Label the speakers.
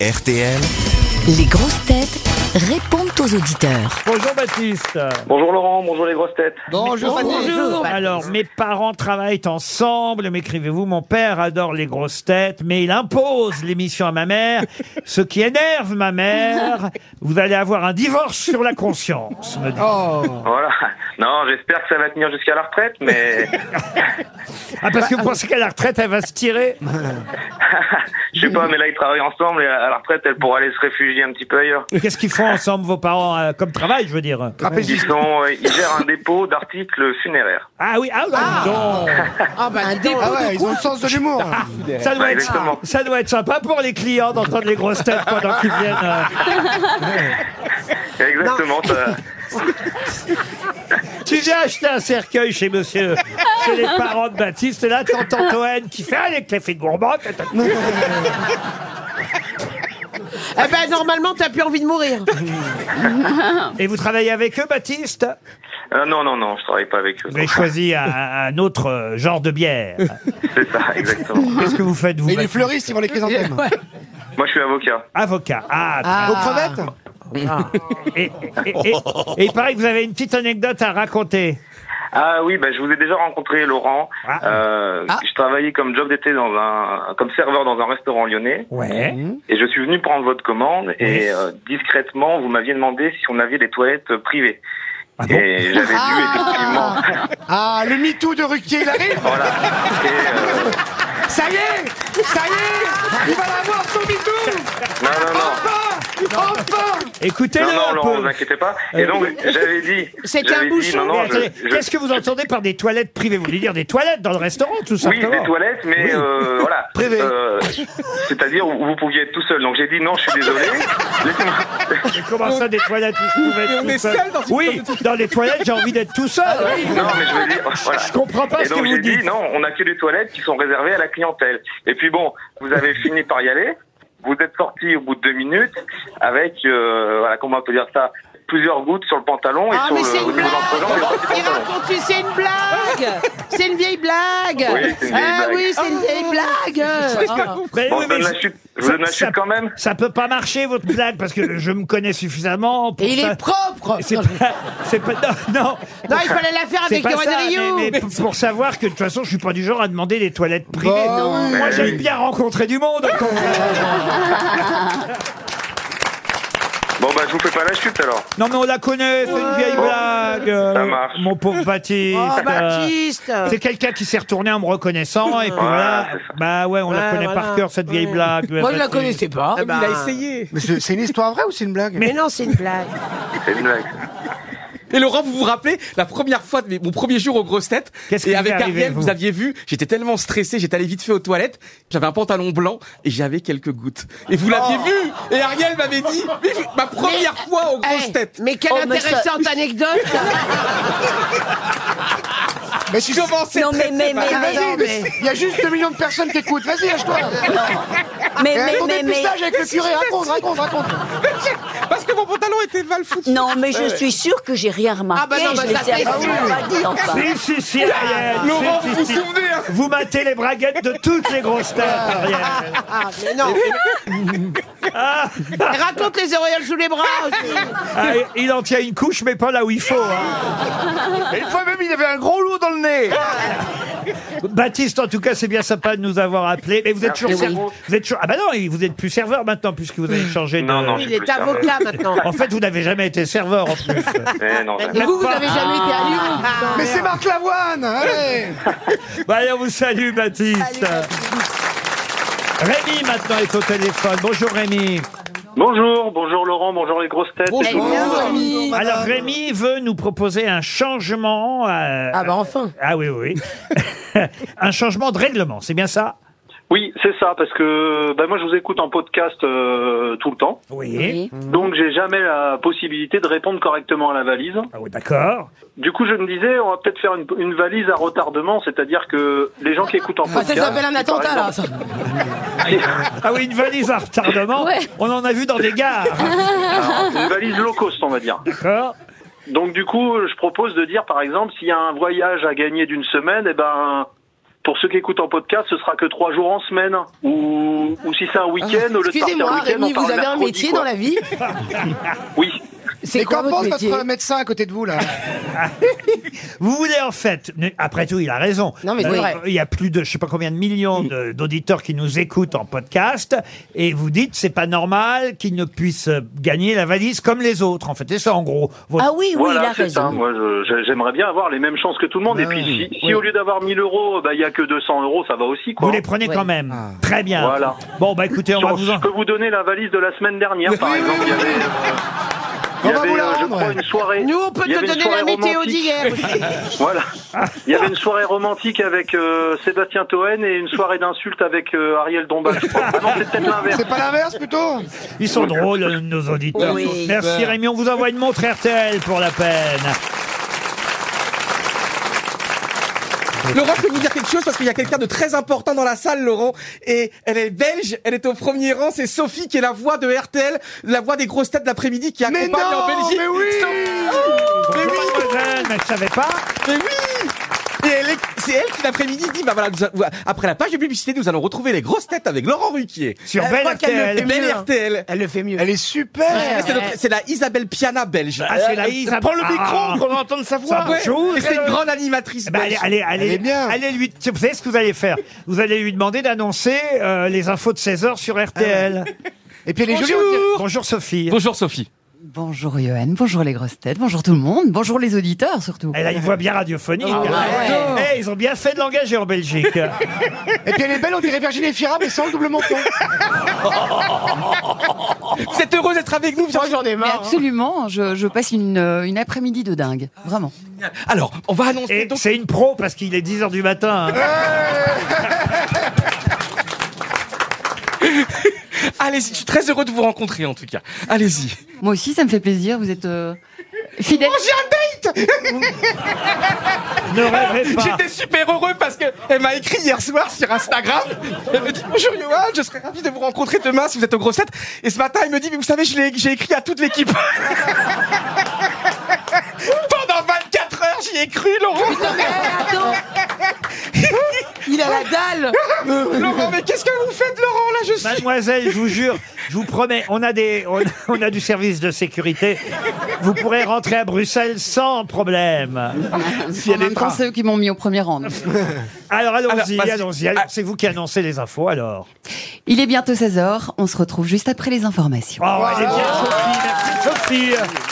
Speaker 1: RTL.
Speaker 2: Les grosses têtes répondent aux auditeurs.
Speaker 3: Bonjour Baptiste.
Speaker 4: Bonjour Laurent, bonjour les grosses têtes.
Speaker 3: Bonjour. Alors, mes parents travaillent ensemble, m'écrivez-vous, mon père adore les grosses têtes, mais il impose l'émission à ma mère, ce qui énerve ma mère. Vous allez avoir un divorce sur la conscience, me dit.
Speaker 5: Oh.
Speaker 4: Voilà. Non, j'espère que ça va tenir jusqu'à la retraite, mais
Speaker 3: Ah, parce que
Speaker 5: Bah,
Speaker 3: vous pensez qu'à la retraite, elle va se tirer
Speaker 4: je sais pas, mais là ils travaillent ensemble et à la retraite elle pourra aller se réfugier un petit peu ailleurs.
Speaker 3: Qu'est-ce qu'ils font ensemble, vos parents, euh, comme travail, je veux dire
Speaker 4: Ils sont, euh, ils gèrent un dépôt d'articles funéraires.
Speaker 3: Ah oui, ah, bah, dis donc.
Speaker 5: Ah. bah,
Speaker 6: Un dépôt de
Speaker 5: ils ont le sens de l'humour.
Speaker 3: Ça doit, être,
Speaker 4: Exactement.
Speaker 3: ça doit être sympa pour les clients d'entendre les grosses têtes pendant qu'ils viennent. euh,
Speaker 4: Exactement. ça-
Speaker 3: Tu viens acheter un cercueil chez monsieur, chez les parents de Baptiste, et là, t'entends Toen qui fait avec les filles gourmandes.
Speaker 5: Eh ben normalement t'as plus envie de mourir.
Speaker 3: Et vous travaillez avec eux, Baptiste
Speaker 4: Ah, non, non, non, je travaille pas avec eux.
Speaker 3: Vous avez choisi un, un autre euh, genre de bière.
Speaker 4: C'est ça, exactement.
Speaker 3: Qu'est-ce que vous faites, vous
Speaker 5: Et les
Speaker 3: Baptiste
Speaker 5: fleuristes, ils vont les chrysanthèmes.
Speaker 4: Moi je suis avocat.
Speaker 3: Avocat. Ah,
Speaker 5: Aux crevettes
Speaker 3: Et, et, et, et il paraît que vous avez une petite anecdote à raconter.
Speaker 4: Ah oui, bah, je vous ai déjà rencontré Laurent.
Speaker 3: Ah.
Speaker 4: Euh, Je travaillais comme job d'été dans un, comme serveur dans un restaurant lyonnais
Speaker 3: Ouais.
Speaker 4: et je suis venu prendre votre commande et euh, discrètement vous m'aviez demandé si on avait des toilettes privées.
Speaker 3: Ah bon
Speaker 4: Et j'avais dû effectivement
Speaker 5: Ah, le MeToo de Ruquier, il arrive
Speaker 4: Voilà. Et, euh,
Speaker 5: Ça y est Ça y est Il va l'avoir son MeToo
Speaker 4: Non, non, non.
Speaker 5: Enfin Enfin
Speaker 3: Écoutez-le
Speaker 4: Non, non,
Speaker 3: un
Speaker 4: Laurent, vous
Speaker 3: peu.
Speaker 4: inquiétez pas. Et donc, j'avais dit.
Speaker 5: C'était un
Speaker 4: j'avais dit,
Speaker 5: bouchon.
Speaker 4: non, non,
Speaker 3: Euh, Mais
Speaker 4: je-
Speaker 3: attendez,
Speaker 4: je-
Speaker 3: Qu'est-ce que vous entendez par des toilettes privées Vous voulez dire des toilettes dans le restaurant, tout
Speaker 4: Oui,
Speaker 3: simplement
Speaker 4: des toilettes, mais euh, voilà.
Speaker 3: Privé.
Speaker 4: Euh, C'est-à-dire où vous pouviez être tout seul. Donc j'ai dit non, je suis désolé. Laissez-moi-
Speaker 3: Mais comment ça, des toilettes où je pouvais être tout seul Oui, dans les toilettes, j'ai envie d'être tout seul.
Speaker 4: non, mais je veux dire, voilà.
Speaker 3: Je comprends pas
Speaker 4: Et
Speaker 3: ce que
Speaker 4: donc
Speaker 3: vous
Speaker 4: j'ai dit
Speaker 3: dites.
Speaker 4: non, on n'a que des toilettes qui sont réservées à la clientèle. Et puis bon, vous avez fini par y aller. Vous êtes sorti au bout de deux minutes avec, euh, voilà, comment on peut dire ça, plusieurs gouttes sur le pantalon et
Speaker 5: Ah
Speaker 4: sur
Speaker 5: mais
Speaker 4: le,
Speaker 5: c'est
Speaker 4: au
Speaker 5: une
Speaker 4: niveau l'entrejambe et sur le
Speaker 5: blague Il
Speaker 4: pantalon.
Speaker 5: raconte que c'est une blague C'est une vieille blague
Speaker 4: Oui, c'est une vieille
Speaker 5: Ah
Speaker 4: blague.
Speaker 5: oui, c'est une vieille blague
Speaker 3: Mais
Speaker 4: Bon,
Speaker 3: oui, mais
Speaker 4: je donne la
Speaker 3: ça-
Speaker 4: chute, je vous donne la
Speaker 3: ça-
Speaker 4: chute quand même.
Speaker 3: Ça peut pas marcher, votre blague, parce que je me connais suffisamment pour
Speaker 6: Et il
Speaker 3: ça-
Speaker 6: est propre
Speaker 3: C'est pas, c'est pas, non, non,
Speaker 5: Non, il fallait la faire
Speaker 3: c'est
Speaker 5: avec
Speaker 3: pas
Speaker 5: Yoann
Speaker 3: ça, mais-
Speaker 5: Ryu
Speaker 3: mais pour savoir que de toute façon, je suis pas du genre à demander des toilettes privées.
Speaker 6: Bah
Speaker 3: Non. Moi, j'aime
Speaker 4: oui.
Speaker 3: bien rencontrer du monde. euh, au contraire.
Speaker 4: Bon, bah, je vous fais pas la chute alors.
Speaker 3: non, mais on la connaît, c'est une vieille blague. euh,
Speaker 4: Ça marche.
Speaker 3: Mon pauvre Baptiste.
Speaker 5: Oh,
Speaker 3: euh,
Speaker 5: Baptiste
Speaker 3: C'est quelqu'un qui s'est retourné en me reconnaissant et puis voilà.
Speaker 4: Voilà, c'est ça.
Speaker 3: Bah ouais, on la
Speaker 5: Ouais,
Speaker 3: connaît par
Speaker 5: voilà.
Speaker 3: cœur cette vieille
Speaker 5: Ouais.
Speaker 3: blague.
Speaker 6: Moi, je la
Speaker 3: Baptiste.
Speaker 6: connaissais pas.
Speaker 5: Eh ben,
Speaker 7: Bah.
Speaker 6: essayé.
Speaker 5: essayé.
Speaker 7: Mais c'est c'est une histoire vraie ou c'est une blague
Speaker 5: Mais non, c'est une blague
Speaker 4: C'est une blague.
Speaker 8: Et Laurent, vous vous rappelez la première fois de mes- mon premier jour aux grosses têtes
Speaker 3: Qu'est-ce qui
Speaker 8: Et
Speaker 3: vous est
Speaker 8: avec
Speaker 3: arrivé,
Speaker 8: Ariel,
Speaker 3: vous
Speaker 8: vous, aviez vu, j'étais tellement stressé, j'étais allé vite fait aux toilettes, j'avais un pantalon blanc et j'avais quelques gouttes. Et vous l'aviez
Speaker 7: Oh.
Speaker 8: vu Et Ariel m'avait dit, mais vous- ma première fois aux grosses
Speaker 5: Eh,
Speaker 8: têtes.
Speaker 5: Mais quelle
Speaker 6: Oh, mais ça-
Speaker 5: intéressante anecdote
Speaker 7: Mais si-
Speaker 8: Comment c'est
Speaker 9: Non, mais, mais, mais,
Speaker 7: Ah,
Speaker 9: mais,
Speaker 7: non, mais Il y a juste 2 millions de personnes qui écoutent. Vas-y, lâche-toi.
Speaker 9: mais,
Speaker 7: Et
Speaker 9: mais,
Speaker 7: attendez
Speaker 9: mais,
Speaker 7: le pistage
Speaker 9: mais-
Speaker 7: avec le curé. Raconte, raconte, raconte.
Speaker 8: Parce que mon pantalon était mal foutu.
Speaker 9: non, mais je suis sûre que j'ai rien remarqué.
Speaker 5: Ah bah non, bah
Speaker 9: je l'ai
Speaker 5: ça, c'est
Speaker 9: certainement
Speaker 5: sûr.
Speaker 9: pas dit, enfin.
Speaker 3: Si, si, si, Ariel. si,
Speaker 8: Laurent,
Speaker 3: si,
Speaker 8: vous vous
Speaker 3: si.
Speaker 8: souvenez hein
Speaker 3: Vous matez les braguettes de toutes les grosses têtes, Ariel.
Speaker 5: Ah, mais non Ah. Et Raconte les auréoles sous les bras aussi
Speaker 3: Ah, il en tient une couche, mais pas là où il faut. hein.
Speaker 7: Et une fois même, il avait un gros loup dans le nez.
Speaker 3: Baptiste, en tout cas, c'est bien sympa de nous avoir appelés. Mais vous êtes
Speaker 4: Merci
Speaker 3: toujours,
Speaker 4: beaucoup.
Speaker 3: serveur- vous êtes toujours- Ah bah non, vous êtes plus serveur maintenant, puisque vous avez changé de...
Speaker 4: Non, non,
Speaker 5: Il
Speaker 4: je suis
Speaker 5: est
Speaker 4: plus serveur.
Speaker 5: avocat maintenant
Speaker 3: En fait, vous n'avez jamais été serveur, en plus.
Speaker 4: Eh
Speaker 5: Bah,
Speaker 4: non,
Speaker 6: Et
Speaker 4: jamais.
Speaker 6: vous, vous n'avez jamais été à Lyon
Speaker 5: Ah,
Speaker 7: Mais c'est Marc Lavoine. allez.
Speaker 3: Bah, allez, on vous salue, Baptiste. Rémi, maintenant, est au téléphone. Bonjour, Rémi.
Speaker 4: Bonjour, bonjour Laurent, bonjour les grosses têtes.
Speaker 6: Bonjour,
Speaker 5: Rémi.
Speaker 3: Alors, Rémi veut nous proposer un changement... euh,
Speaker 6: Ah bah enfin
Speaker 3: Ah oui, oui. oui. un changement de règlement, c'est bien ça
Speaker 10: Oui, c'est ça, parce que bah, moi je vous écoute en podcast euh, tout le temps,
Speaker 3: Oui.
Speaker 6: Oui.
Speaker 10: donc j'ai jamais la possibilité de répondre correctement à la valise.
Speaker 3: Ah oui, d'accord.
Speaker 10: Du coup, je me disais, on va peut-être faire une, une valise à retardement, c'est-à-dire que les gens qui écoutent en
Speaker 6: Ah,
Speaker 10: podcast.
Speaker 6: ça s'appelle un attentat, là ça.
Speaker 3: Ah oui, une valise à retardement. On en a vu dans des gares. hein,
Speaker 4: Ah,
Speaker 10: Une valise low cost, on va dire.
Speaker 3: D'accord.
Speaker 10: Donc du coup, je propose de dire, par exemple, s'il y a un voyage à gagner d'une semaine, eh ben
Speaker 4: Pour ceux qui écoutent en podcast, ce sera que trois jours en semaine. Ou, ou si c'est un week-end, au lieu de partir le
Speaker 5: Excusez-moi,
Speaker 4: week-end, on
Speaker 5: Rémi,
Speaker 4: part
Speaker 5: vous
Speaker 4: le
Speaker 5: avez un
Speaker 4: mercredi,
Speaker 5: métier
Speaker 4: quoi.
Speaker 5: dans la vie
Speaker 4: Oui.
Speaker 5: C'est
Speaker 11: Mais
Speaker 5: quoi
Speaker 11: qu'en pense
Speaker 5: votre métier
Speaker 11: votre médecin à côté de vous, là
Speaker 3: Vous voulez en fait, mais après tout, il a raison. Euh,
Speaker 5: Non, mais c'est vrai.
Speaker 3: Il y a plus de, je sais pas combien de millions de- d'auditeurs qui nous écoutent en podcast, et vous dites c'est pas normal qu'ils ne puissent euh, gagner la valise comme les autres. En fait, c'est ça en gros. Votre-
Speaker 9: Ah oui, oui, il
Speaker 4: voilà,
Speaker 9: a
Speaker 4: c'est ça.
Speaker 9: raison.
Speaker 4: Moi, je- je- j'aimerais bien avoir les mêmes chances que tout le monde. Et puis, si, si au lieu d'avoir 1000 euros, bah, il y a que 200 euros, ça va aussi, quoi.
Speaker 3: vous les prenez quand même. Très bien.
Speaker 4: Voilà.
Speaker 3: Bon bah écoutez, on va
Speaker 4: Sur-
Speaker 3: vous en.
Speaker 4: Je peux vous donner la valise de la semaine dernière, par exemple. Il y avait, euh, il y
Speaker 11: On va
Speaker 4: avait,
Speaker 11: vous la
Speaker 4: euh, je
Speaker 11: rendre,
Speaker 4: crois,
Speaker 11: ouais.
Speaker 4: une soirée.
Speaker 5: Nous, on peut
Speaker 4: il y
Speaker 5: te
Speaker 4: avait une
Speaker 5: donner
Speaker 4: soirée
Speaker 5: la météo
Speaker 4: romantique.
Speaker 5: d'hier.
Speaker 4: Voilà. Il y avait une soirée romantique avec euh, Sébastien Toen et une soirée d'insultes avec euh, Ariel Dombal. je crois. Ah non, c'est peut-être l'inverse.
Speaker 11: C'est pas l'inverse, plutôt
Speaker 3: Ils sont drôles, euh, nos auditeurs.
Speaker 9: Oui.
Speaker 3: Merci Rémi, on vous envoie une montre RTL pour la peine.
Speaker 8: Laurent, je peux vous dire quelque chose parce qu'il y a quelqu'un de très important dans la salle, Laurent. Et elle est belge, elle est au premier rang. C'est Sophie qui est la voix de RTL, la voix des grosses têtes de l'après-midi qui
Speaker 11: Mais
Speaker 8: accompagne
Speaker 11: non
Speaker 8: en Belgique.
Speaker 11: Mais oui
Speaker 8: Mais
Speaker 3: Bonjour,
Speaker 8: oui
Speaker 3: mademoiselle, Oh, mais je savais pas.
Speaker 8: Mais oui Et elle est- c'est elle qui l'après-midi dit, bah voilà, nous a- après la page de publicité, nous allons retrouver les grosses têtes avec Laurent Ruquier. Euh,
Speaker 3: Sur
Speaker 5: Je
Speaker 3: Belle
Speaker 5: crois qu'elle
Speaker 3: RTL.
Speaker 5: le fait
Speaker 8: Belle
Speaker 5: mieux. hein.
Speaker 8: RTL.
Speaker 5: Elle le fait mieux.
Speaker 11: Elle est super
Speaker 5: Ouais.
Speaker 8: C'est notre- C'est la Isabelle Piana belge.
Speaker 3: Ah, c'est la Isabelle-
Speaker 8: Prends le micro
Speaker 3: Ah.
Speaker 8: qu'on entende sa voix.
Speaker 3: Ça bouge.
Speaker 8: Et c'est une grande animatrice
Speaker 3: Eh ben, allez,
Speaker 8: belge.
Speaker 3: allez, allez,
Speaker 11: Elle est bien.
Speaker 3: allez lui. Tiens, Vous savez ce que vous allez faire Vous allez lui demander d'annoncer euh, les infos de 16 heures sur RTL.
Speaker 11: Et puis elle est jolie, on dirait-
Speaker 8: Ah Bonjour.
Speaker 3: Bonjour Sophie.
Speaker 8: Bonjour Sophie.
Speaker 1: Bonjour Johan, bonjour les grosses têtes, bonjour tout le monde, bonjour les auditeurs surtout.
Speaker 3: Elle a une voix bien radiophonique.
Speaker 5: Ah
Speaker 3: hein.
Speaker 8: bah
Speaker 5: ouais.
Speaker 3: Eh, ils ont bien fait de l'engager en Belgique.
Speaker 11: Et puis elle est belle, on dirait Virginie Fira, mais sans le double menton.
Speaker 8: Vous êtes heureux d'être avec nous.
Speaker 5: Moi, j'en ai
Speaker 1: Mais
Speaker 5: marre. hein.
Speaker 1: absolument, je, je passe une, euh, une après-midi de dingue, vraiment.
Speaker 8: Alors, on va annoncer
Speaker 3: Et
Speaker 8: donc. Ah.
Speaker 3: c'est une pro parce qu'il est 10 heures du matin. hein.
Speaker 8: Allez-y, je suis très heureux de vous rencontrer en tout cas. Allez-y.
Speaker 1: Moi aussi, ça me fait plaisir, vous êtes euh, fidèles.
Speaker 3: ne rêvez pas.
Speaker 8: J'étais super heureux parce qu'elle m'a écrit hier soir sur Instagram. Elle me dit Bonjour Johan, je serais ravi de vous rencontrer demain si vous êtes aux grossettes. Et ce matin, elle me dit Mais vous savez, je l'ai- j'ai écrit à toute l'équipe. Pendant 24 heures, j'y ai cru, Laurent.
Speaker 5: Eh, attends. Il a la dalle.
Speaker 8: Laurent, mais qu'est-ce que vous faites, Laurent Là, je
Speaker 3: Bah,
Speaker 8: suis.
Speaker 3: Mademoiselle, je vous jure, je vous promets, on a des, on, on a du service de sécurité. Vous pourrez rentrer à Bruxelles sans problème.
Speaker 1: en même temps, c'est eux qui m'ont mis au premier rang. donc.
Speaker 3: Alors allons-y,
Speaker 8: Alors, vas-y.
Speaker 3: allons-y. allons- C'est vous qui annoncez les infos alors.
Speaker 1: Il est bientôt 16h, on se retrouve juste après les informations.
Speaker 3: Oh, elle est bien, Sophie. eh Merci, Sophie.